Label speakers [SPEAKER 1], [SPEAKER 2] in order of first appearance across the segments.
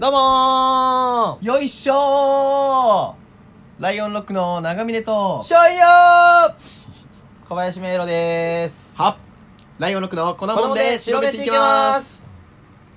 [SPEAKER 1] どうもー
[SPEAKER 2] よいしょーライオンロックの長峰と、
[SPEAKER 1] しょいよー小林迷路でーす。
[SPEAKER 2] はライオンロックの粉もんで白飯いきます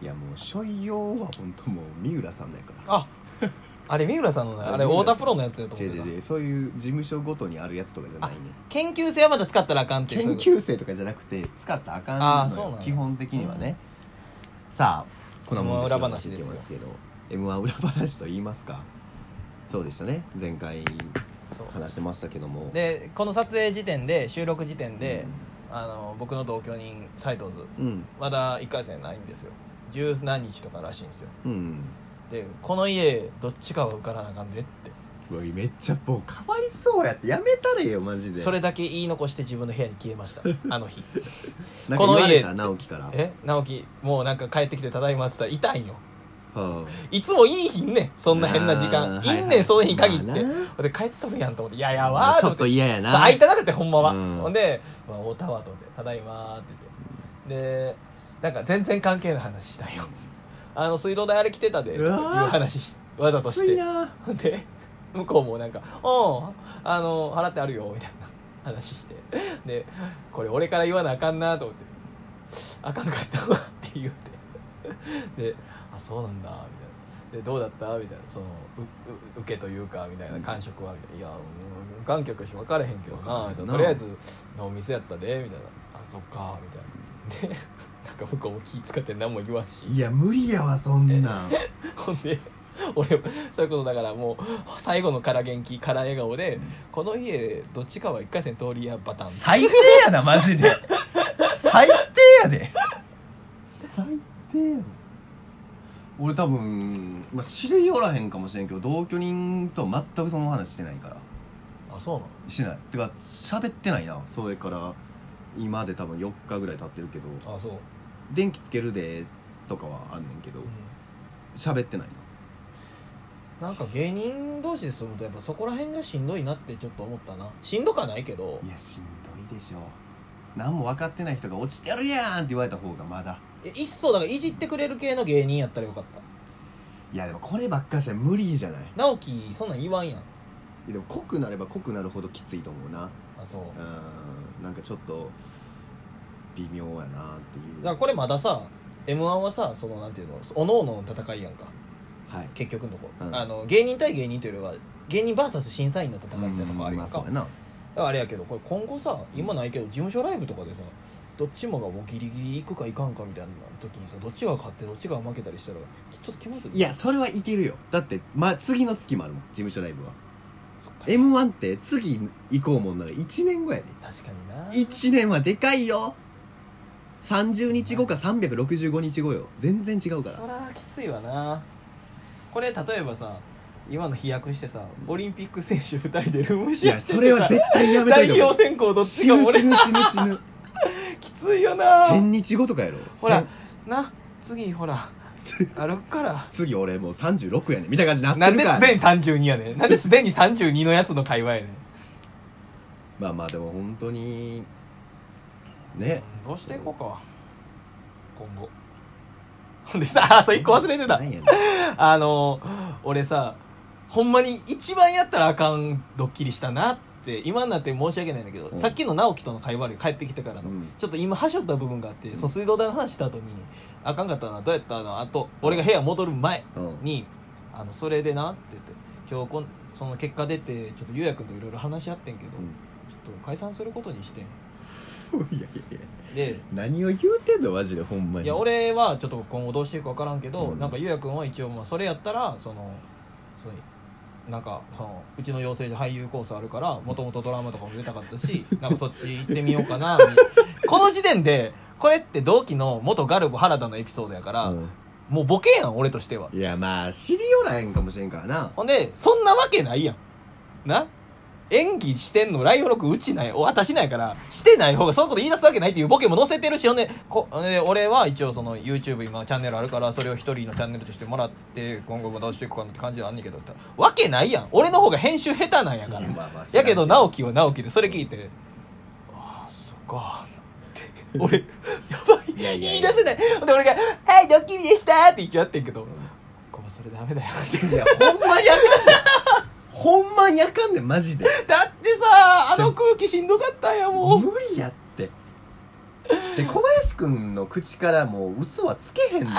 [SPEAKER 2] いやもう、しょいよーは本当もう、三浦さんだから。
[SPEAKER 1] あ、あれ、三浦さんのね、あれ、太
[SPEAKER 2] 三浦さん
[SPEAKER 1] 田プロのやつやと
[SPEAKER 2] 違
[SPEAKER 1] 思っ
[SPEAKER 2] う
[SPEAKER 1] てた
[SPEAKER 2] 違う。違う、そういう事務所ごとにあるやつとかじゃないね。
[SPEAKER 1] 研究生はまだ使ったらあかんっていう。
[SPEAKER 2] 研
[SPEAKER 1] そういうこ
[SPEAKER 2] 究生とかじゃなくて、使ったらあかん
[SPEAKER 1] あー
[SPEAKER 2] の
[SPEAKER 1] そうなん
[SPEAKER 2] よ
[SPEAKER 1] や、
[SPEAKER 2] 基本的にはね。さあ、粉もんで白飯いきますけど、M1 裏話と言いますか。そうでしたね、前回
[SPEAKER 1] そう
[SPEAKER 2] 話してましたけども
[SPEAKER 1] と。で、この撮影時点で、収録時点で、あの、僕の同居人、斎藤図、
[SPEAKER 2] うん、
[SPEAKER 1] まだ1回戦ないんですよ。十何日とからしいんですよ。
[SPEAKER 2] うん。
[SPEAKER 1] で、この家、どっちかは受からなあかんでって。
[SPEAKER 2] うわめっちゃもうかわいそうやってやめたれよマジで
[SPEAKER 1] それだけ言い残して自分の部屋に消えました。あの日。
[SPEAKER 2] なんか言われた
[SPEAKER 1] こ
[SPEAKER 2] 直樹から
[SPEAKER 1] え直樹もうなんか帰ってきてただいまって言ったら痛いんよ
[SPEAKER 2] うん
[SPEAKER 1] いつもいい日んねんそんな変な時
[SPEAKER 2] あ
[SPEAKER 1] 間
[SPEAKER 2] ー
[SPEAKER 1] いんねんその日に限っ
[SPEAKER 2] まあ
[SPEAKER 1] て
[SPEAKER 2] な
[SPEAKER 1] で帰っとるやんと思って「いややわ」
[SPEAKER 2] ちょっと
[SPEAKER 1] いい
[SPEAKER 2] 嫌やな
[SPEAKER 1] 空いてなくてほんまは
[SPEAKER 2] うん
[SPEAKER 1] ほんで「まあ会うたわ」と思って「ただいま」って言ってでなんか全然関係ない話したんよあの水道代あれ来てたでと
[SPEAKER 2] うわー
[SPEAKER 1] いう話しわざとし
[SPEAKER 2] きつい
[SPEAKER 1] て
[SPEAKER 2] な
[SPEAKER 1] ほん で向こうもなんか「うんあの払ってあるよ」みたいな話してでこれ俺から言わなあかんなと思って「あかんかったわ」って言うてで「あそうなんだ」みたいな「でどうだった?」みたいなそのうう受けというかみたいな感触はみたいな「いや無観客やし分からへんけどな」みたいな「とりあえずのお店やったで」みたいな「あそっか」みたいなでなんか向こうも気使って何も言わんし
[SPEAKER 2] いや無理やわそんなん
[SPEAKER 1] ほんで俺そういうことだからもう最後の空元気空笑顔で、この家どっちかは1回戦通りやパターン
[SPEAKER 3] 最低やなマジで最低やで
[SPEAKER 2] 最低やろ俺多分、まあ、知りおらへんかもしれんけど同居人とは全くその話してないから
[SPEAKER 1] あそうなの
[SPEAKER 2] してないてか喋ってないなそれから今で多分4日ぐらい経ってるけど
[SPEAKER 1] あそう、
[SPEAKER 2] 「電気つけるで」とかはあんねんけど
[SPEAKER 1] うん
[SPEAKER 2] 喋ってないな
[SPEAKER 1] なんか芸人同士で住むとやっぱそこら辺がしんどいなってちょっと思ったなしんどかないけど
[SPEAKER 2] いやしんどいでしょ何も分かってない人が落ちてるやんって言われた方がまだ
[SPEAKER 1] いやいっそだからいじってくれる系の芸人やったらよかった
[SPEAKER 2] いやでもこればっかしは無理じゃないい
[SPEAKER 1] 直樹そんなん言わんやん
[SPEAKER 2] やでも濃くなれば濃くなるほどきついと思うな
[SPEAKER 1] あそう
[SPEAKER 2] うーんなんかちょっと微妙やなっていう
[SPEAKER 1] だからこれまださ m 1はさそのなんていうのおのおのの戦いやんか
[SPEAKER 2] はい
[SPEAKER 1] 結局のとこ、
[SPEAKER 2] うん
[SPEAKER 1] あの芸人対芸人というよりは芸人 VS 審査員の戦いみたいなとこあるやん
[SPEAKER 2] まあそ
[SPEAKER 1] か
[SPEAKER 2] うやな
[SPEAKER 1] だからあれやけどこれ今後さ今ないけど事務所ライブとかでさどっちもがもうギリギリ行くか行かんかみたいな時にさどっちが勝ってどっちが負けたりしたらきちょっと気まずい
[SPEAKER 2] いやそれはいけるよだって、ま、次の月もあるもん事務所ライブは
[SPEAKER 1] そっか
[SPEAKER 2] m 1って次行こうもんなら1年後やで
[SPEAKER 1] 確かにな
[SPEAKER 2] 1年はでかいよ30日後か365日後よ全然違うから
[SPEAKER 1] そらきついわなこれ例えばさ今の飛躍してさオリンピック選手2人でルーム
[SPEAKER 2] い
[SPEAKER 1] シェア
[SPEAKER 2] や、
[SPEAKER 1] しててさ
[SPEAKER 2] それは絶対やめといた
[SPEAKER 1] 代
[SPEAKER 2] 方
[SPEAKER 1] 表
[SPEAKER 2] がい
[SPEAKER 1] 選考ど
[SPEAKER 2] い。
[SPEAKER 1] っち
[SPEAKER 2] 死
[SPEAKER 1] が
[SPEAKER 2] ぬ
[SPEAKER 1] 俺
[SPEAKER 2] 死ぬ死ぬ死ぬ。
[SPEAKER 1] きついよな
[SPEAKER 2] 千日後とかやろ。
[SPEAKER 1] ほら
[SPEAKER 2] 千、
[SPEAKER 1] な、次ほ ら、あるから。
[SPEAKER 2] 次俺もう36やねんみたいな感じにな
[SPEAKER 1] な
[SPEAKER 2] っ
[SPEAKER 1] ん
[SPEAKER 2] て
[SPEAKER 1] で
[SPEAKER 2] るか
[SPEAKER 1] す
[SPEAKER 2] ら
[SPEAKER 1] で。に32やねん。なんですでに32のやつの会話やねん。
[SPEAKER 2] まあまあでも本当に、ね。
[SPEAKER 1] どうしていこうか。今後。ほ んでさ、あ、そう一個忘れてた
[SPEAKER 2] な。んやねん
[SPEAKER 1] あの、俺さ、ほんまに一番やったらあかんドッキリしたなって、今になって申し訳ないんだけど、
[SPEAKER 2] うん
[SPEAKER 1] さっきの直樹との会話で帰ってきてからの、
[SPEAKER 2] うん
[SPEAKER 1] ちょっと今、はしょった部分があって、その水道代の話した後に、あかんかったな、どうやったのあと、俺が部屋戻る前。
[SPEAKER 2] うん。
[SPEAKER 1] に「あのそれでな」って言って「今日こんその結果出てちょっとゆうやくんといろいろ話し合ってんけど、
[SPEAKER 2] うん
[SPEAKER 1] ちょっと解散することにしてん
[SPEAKER 2] いやいやいや。」
[SPEAKER 1] で
[SPEAKER 2] 何を言うてんのマジでほんま
[SPEAKER 1] い
[SPEAKER 2] に。
[SPEAKER 1] や俺はちょっと今後どうしていくか分からんけど、
[SPEAKER 2] うん
[SPEAKER 1] なんかゆうやくんは一応まあそれやったらそのそのなんかそのうちの養成所俳優コースあるからもともとドラマとかも出たかったし なんかそっち行ってみようかなみ この時点でこれって同期の元ガルボ原田のエピソードやから、
[SPEAKER 2] うん
[SPEAKER 1] もうボケやん俺としてはい
[SPEAKER 2] やまあ、知りおらへんかもしれんからな。
[SPEAKER 1] ほんで、そんなわけないやん。な演技してんの、ライオロクうちない、お私ないから、してない方がそのこと言い出すわけないっていうボケも載せてるし、ほんで、こほんで俺は一応その YouTube 今チャンネルあるから、それを一人のチャンネルとしてもらって、今後もどうしていくかなって感じはあんねんけど、わけないやん。俺の方が編集下手なんやから。
[SPEAKER 2] まあまあ
[SPEAKER 1] やけど、
[SPEAKER 2] 知らん
[SPEAKER 1] 直樹は直樹で、それ聞いて、ああ、そっ か。って俺、やばい。
[SPEAKER 2] いやいや
[SPEAKER 1] 言い
[SPEAKER 2] い
[SPEAKER 1] 出
[SPEAKER 2] や
[SPEAKER 1] せない。ほんで、俺が、はい、ドッキリでしたって言っちゃってんけど、
[SPEAKER 2] うん
[SPEAKER 1] こコバそれダメだよって
[SPEAKER 2] いやほんまにあかんねんほんまにあかんねんマジで
[SPEAKER 1] だってさあの空気しんどかったんやもう
[SPEAKER 2] 無理やってで小林くんの口からもう嘘はつけへんのよ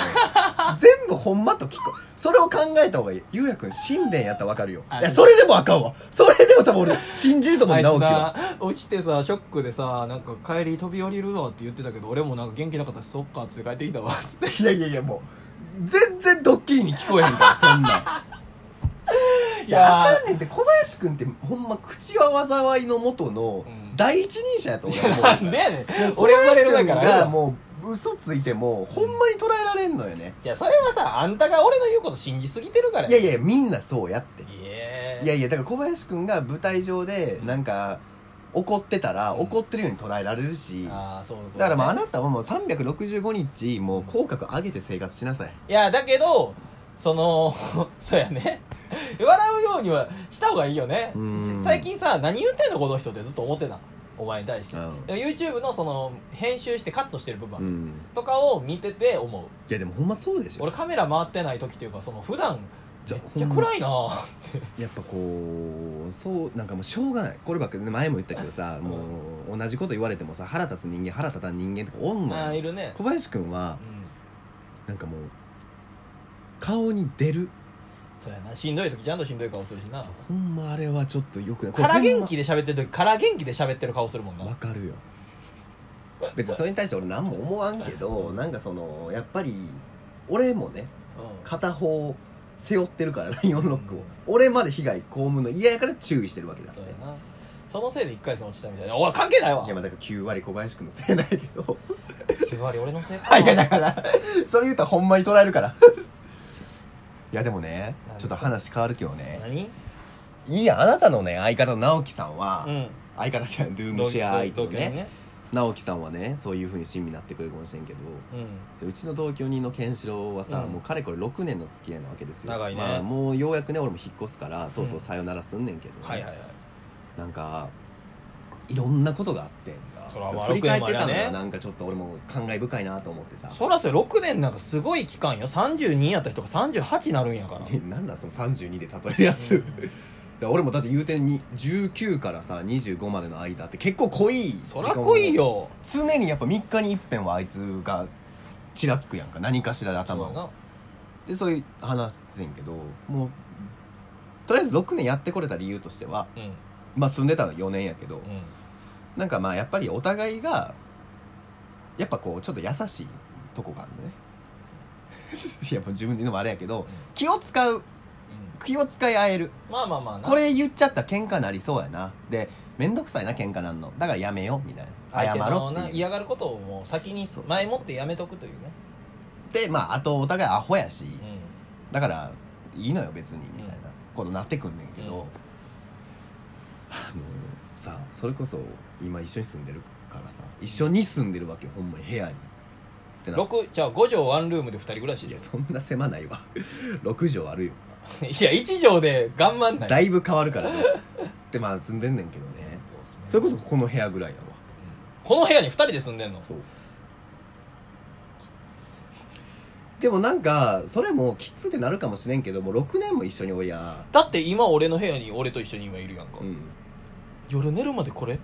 [SPEAKER 2] 全部ほんまと聞くそれを考えた方がいいゆうやくん信念やったらわかるよ
[SPEAKER 1] あ
[SPEAKER 2] いやそれでもあかんわそれでも多分俺信じると思
[SPEAKER 1] あ
[SPEAKER 2] う
[SPEAKER 1] い
[SPEAKER 2] 直
[SPEAKER 1] つ
[SPEAKER 2] 樹は
[SPEAKER 1] な落ちてさショックでさなんか帰り飛び降りるわって言ってたけど俺もなんか元気なかったしそっかっつって帰ってきたわっつって
[SPEAKER 2] いやいやいやもう全然ドッキリに聞こえへんからそんなん じゃああかんねんって小林くんってほんま口は災いの元の
[SPEAKER 1] うん
[SPEAKER 2] 第一人者やと俺は思う
[SPEAKER 1] なんでやねん
[SPEAKER 2] 小
[SPEAKER 1] 俺生まれ
[SPEAKER 2] 林
[SPEAKER 1] る前
[SPEAKER 2] 君
[SPEAKER 1] から
[SPEAKER 2] がもう嘘ついてもほんまに捉えられんのよね
[SPEAKER 1] じゃあそれはさあんたが俺の言うこと信じすぎてるから
[SPEAKER 2] いやいやみんなそうやって
[SPEAKER 1] いや
[SPEAKER 2] いやいやだから小林君が舞台上でなんか怒ってたら
[SPEAKER 1] うん
[SPEAKER 2] 怒ってるように捉えられるしだ
[SPEAKER 1] ああそうことね
[SPEAKER 2] からもうあなたはもう365日もう口角上げて生活しなさい
[SPEAKER 1] いやだけどそのそうやね笑うようにはした方がいいよね
[SPEAKER 2] うん
[SPEAKER 1] 最近さ何言ってんのこの人ってずっと思ってたのお前に対して、
[SPEAKER 2] うん
[SPEAKER 1] でも YouTube のその編集してカットしてる部
[SPEAKER 2] う
[SPEAKER 1] 分
[SPEAKER 2] ん
[SPEAKER 1] とかを見てて思う、
[SPEAKER 2] いやでもほんまそうでしょ
[SPEAKER 1] 俺カメラ回ってない時っていうかその普段
[SPEAKER 2] じゃ
[SPEAKER 1] めっちゃ
[SPEAKER 2] ほんま
[SPEAKER 1] 暗いなあ
[SPEAKER 2] やっぱこうそうなんかもうしょうがないこればっかり前も言ったけどさ
[SPEAKER 1] うん
[SPEAKER 2] もう同じこと言われてもさ腹立つ人間腹立たん人間とかおん
[SPEAKER 1] あ
[SPEAKER 2] の
[SPEAKER 1] ーい
[SPEAKER 2] よ
[SPEAKER 1] るね
[SPEAKER 2] 小林君は
[SPEAKER 1] うん
[SPEAKER 2] なんかもう顔に出る
[SPEAKER 1] そうやなしんどい時ちゃんとしんどい顔するしな
[SPEAKER 2] そうほんまあれはちょっとよくないこれ
[SPEAKER 1] から元
[SPEAKER 2] ほ
[SPEAKER 1] 気で喋ってる時から元気で喋ってる顔するもん
[SPEAKER 2] んまわ
[SPEAKER 1] な
[SPEAKER 2] かるよ別にそれに対して俺何も思わんけどなんかそのやっぱり俺もね片方背負ってるから ライオンロックを、
[SPEAKER 1] うん
[SPEAKER 2] 俺まで被害被るの嫌やから注意してるわけだ
[SPEAKER 1] そうやなそのせいで一回戦落ちたみたいなおい関係ないわ
[SPEAKER 2] いやまあだから9割小林君のせいないけど
[SPEAKER 1] 9割俺 のせいか
[SPEAKER 2] いやだからそれ言うたらほんまに捉えるから いやでもねちょっと話変わるけどね
[SPEAKER 1] 何
[SPEAKER 2] いいやあなたのね相方の直樹さんは、
[SPEAKER 1] うん
[SPEAKER 2] 相方じゃんドゥームシェア相手の
[SPEAKER 1] 同居人
[SPEAKER 2] ね直樹さんはねそういうふうに親身になってくれるかもしれんけど
[SPEAKER 1] うん
[SPEAKER 2] でうちの同居人のケンシロウはさ、
[SPEAKER 1] うん
[SPEAKER 2] もうかれこれ6年の付き合いなわけですよ
[SPEAKER 1] 長いね
[SPEAKER 2] まあ、もうようやくね俺も引っ越すからとうとうさよならすんねんけどね、
[SPEAKER 1] はいはいはい
[SPEAKER 2] なんかいろんなことがあってんか
[SPEAKER 1] そらまあ
[SPEAKER 2] 振り返ってた
[SPEAKER 1] 6年
[SPEAKER 2] の
[SPEAKER 1] 前
[SPEAKER 2] が
[SPEAKER 1] はね
[SPEAKER 2] なんかちょっと俺も感慨深いなと思ってさ
[SPEAKER 1] そらそう6年なんかすごい期間よ32やった人が38になるんや から
[SPEAKER 2] 何なんその32で例えるやつ、
[SPEAKER 1] うん
[SPEAKER 2] だから俺もだって言うてに19からさ25までの間って結構濃い
[SPEAKER 1] そら濃いよ
[SPEAKER 2] 常にやっぱ3日に一遍はあいつがちらつくやんか何かしらで
[SPEAKER 1] そう
[SPEAKER 2] 頭を
[SPEAKER 1] やな
[SPEAKER 2] でそういう話してんけどもうとりあえず6年やってこれた理由としては
[SPEAKER 1] うん
[SPEAKER 2] まあ住んでたの4年やけど、なんかまあやっぱりお互いがやっぱこうちょっと優しいとこがあるのね いやもう自分で言うのもあれやけど気を使う気を使い合える
[SPEAKER 1] まあまあまあな
[SPEAKER 2] これ言っちゃったら喧嘩なりそうやなで面倒くさいな喧嘩なんのだからやめようみたい
[SPEAKER 1] 相
[SPEAKER 2] な
[SPEAKER 1] 手
[SPEAKER 2] 謝ろ
[SPEAKER 1] の
[SPEAKER 2] う
[SPEAKER 1] な
[SPEAKER 2] っていう
[SPEAKER 1] 嫌がることをもう先に
[SPEAKER 2] そうそうそう
[SPEAKER 1] 前もってやめとくというね
[SPEAKER 2] でまああとお互いアホやし、
[SPEAKER 1] うん
[SPEAKER 2] だからいいのよ別にみたいなことになってくんねんけど、
[SPEAKER 1] うん
[SPEAKER 2] あのさそれこそ今一緒に住んでるからさ一緒に住んでるわけよほんまに部屋にってな
[SPEAKER 1] 六じゃあ5畳ワンルームで2人暮らし
[SPEAKER 2] い
[SPEAKER 1] で
[SPEAKER 2] や
[SPEAKER 1] す
[SPEAKER 2] そんな狭ないわ 6畳あるよ
[SPEAKER 1] いや1畳で頑張んない
[SPEAKER 2] だいぶ変わるからねでまあ住んでんねんけどねそれこそこの部屋ぐらいやわ
[SPEAKER 1] この部屋に2人で住んでんの
[SPEAKER 2] そうでもなんかそれもきつってなるかもしれんけどもう6年も一緒におりゃ
[SPEAKER 1] だって今俺の部屋に俺と一緒に今いるやんか、
[SPEAKER 2] うん
[SPEAKER 1] 夜寝るまでこれ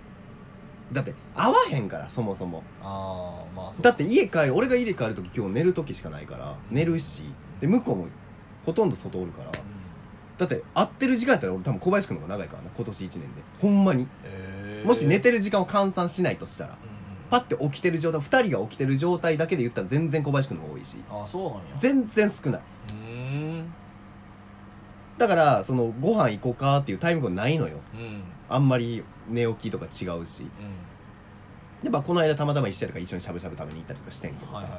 [SPEAKER 2] だって会わへんからそもそも
[SPEAKER 1] ああまあそう
[SPEAKER 2] だって家帰る俺が家帰る時今日寝る時しかないから寝るしで向こうもほとんど外おるから
[SPEAKER 1] うん
[SPEAKER 2] だって会ってる時間やったら俺多分小林君の方が長いからな今年1年でほんまに
[SPEAKER 1] へー
[SPEAKER 2] もし寝てる時間を換算しないとした
[SPEAKER 1] う
[SPEAKER 2] ら
[SPEAKER 1] んうん
[SPEAKER 2] パッて起きてる状態2人が起きてる状態だけで言ったら全然小林君の方が多いし
[SPEAKER 1] あそうなんや
[SPEAKER 2] 全然少ないう
[SPEAKER 1] ーん
[SPEAKER 2] だからそのご飯行こうかっていうタイミングがないのよ
[SPEAKER 1] うんうん
[SPEAKER 2] あんまり寝起きとか違うしでまあこの間たまたま一緒やったから一緒にしゃぶしゃぶ食べに行ったりとかしてんけどさ、
[SPEAKER 1] はいはいは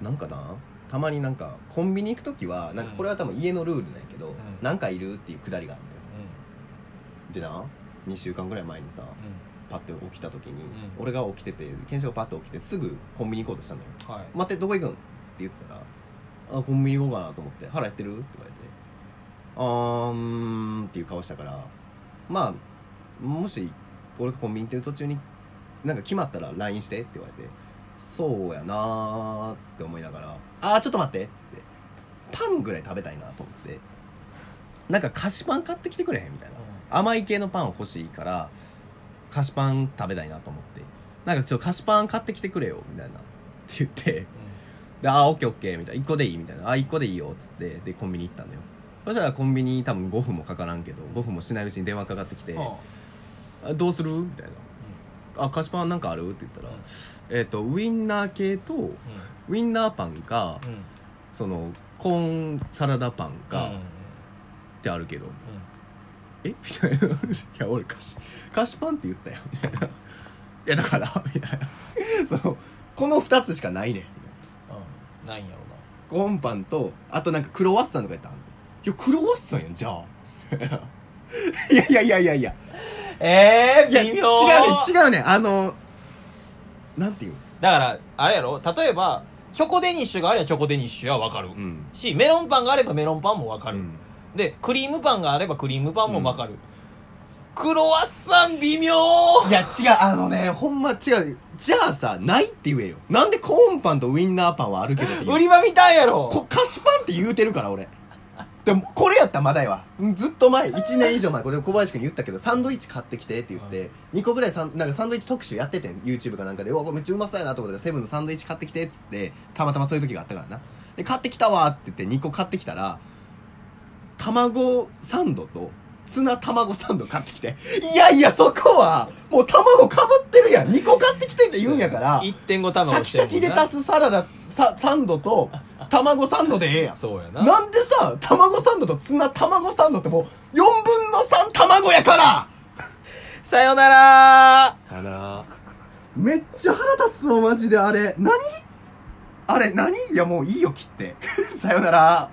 [SPEAKER 1] い
[SPEAKER 2] なんかなたまになんかコンビニ行く時はなんかこれは多分家のルールなんやけど、
[SPEAKER 1] ん
[SPEAKER 2] なんかいるっていうくだりがあるのよでな2週間ぐらい前にさ
[SPEAKER 1] うん
[SPEAKER 2] パッて起きた時に、
[SPEAKER 1] うん
[SPEAKER 2] 俺が起きてて検証がパッて起きてすぐコンビニ行こうとしたのよ
[SPEAKER 1] うんはい
[SPEAKER 2] 「待ってどこ行くん?」って言ったら「あコンビニ行こうかなと思って腹やってる?」って言われて「あーうーん」っていう顔したからまあもし俺がコンビニ行ってる途中になんか決まったら LINE してって言われて「そうやな」って思いながら「あーちょっと待って」っつってパンぐらい食べたいなと思ってなんか菓子パン買ってきてくれへんみたいな甘い系のパン欲しいから菓子パン食べたいなと思ってなんかちょっと菓子パン買ってきてくれよみたいなって言ってで、あー、オッケーオッケーみたいな。1個でいいみたいな。あー、1個でいいよっつって、で、コンビニ行ったのよ。そしたらコンビニ多分5分もかからんけど、5分もしないうちに電話かかってきて、
[SPEAKER 1] うんうん
[SPEAKER 2] あどうするみたいな。あ、菓子パンなんかあるって言ったら、えっ、と、ウインナー系と、ウインナーパンか、
[SPEAKER 1] うんうん
[SPEAKER 2] その、コーンサラダパンか、
[SPEAKER 1] うんうん
[SPEAKER 2] ってあるけど、えみたいな。 いや、俺、菓子、菓子パンって言ったよ。みたいな。いや、だから、みたいな。その、この2つしかないねん。みたいな
[SPEAKER 1] うんなんやろうな
[SPEAKER 2] コーンパンとあとなんかクロワッサンとかやったんいやクロワッサンやんじゃあ いやいやいやいやいや
[SPEAKER 1] ええ
[SPEAKER 2] いや
[SPEAKER 1] 微
[SPEAKER 2] 違うね
[SPEAKER 1] 妙
[SPEAKER 2] 違うねあのなんていう
[SPEAKER 1] だからあれやろ例えばチョコデニッシュがあればチョコデニッシュはわかる、
[SPEAKER 2] うん
[SPEAKER 1] しメロンパンがあればメロンパンもわか
[SPEAKER 2] あ
[SPEAKER 1] る、でクリームパンがあればクリームパンもわかる、クロワッサン微妙
[SPEAKER 2] いや違うあのねほんま違うじゃあさないって言えよなんでコーンパンとウインナーパンはあるけどって言
[SPEAKER 1] 売
[SPEAKER 2] う
[SPEAKER 1] り場みたいやろ
[SPEAKER 2] こ菓子パンって言うてるから俺でもこれやったらまだやわうんずっと前1年以上前これ小林君に言ったけどサンドイッチ買ってきてって言って2個ぐらいサンなんかサンドイッチ特集やってて YouTube かなんかでうわこれめっちゃうまそうやなと思ってセブンのサンドイッチ買ってきてっつってたまたまそういう時があったからなで買ってきたわって言って2個買ってきたら卵サンドとツナ卵サンド買ってきていやいやそこはもう卵かぶってるやん2個買ってきてって言うんやから
[SPEAKER 1] 1.5玉
[SPEAKER 2] シャキシャキレタ
[SPEAKER 1] ス
[SPEAKER 2] スサラダササンドと卵サンドでええやん
[SPEAKER 1] そうやな
[SPEAKER 2] なんでさ、卵サンドとツナ卵サンドってもう、4分の3卵やから
[SPEAKER 1] さよなら
[SPEAKER 2] さよなら。めっちゃ腹立つ わ、マジで、あれ。何あれ、何いや、もういいよ、切って。さよなら。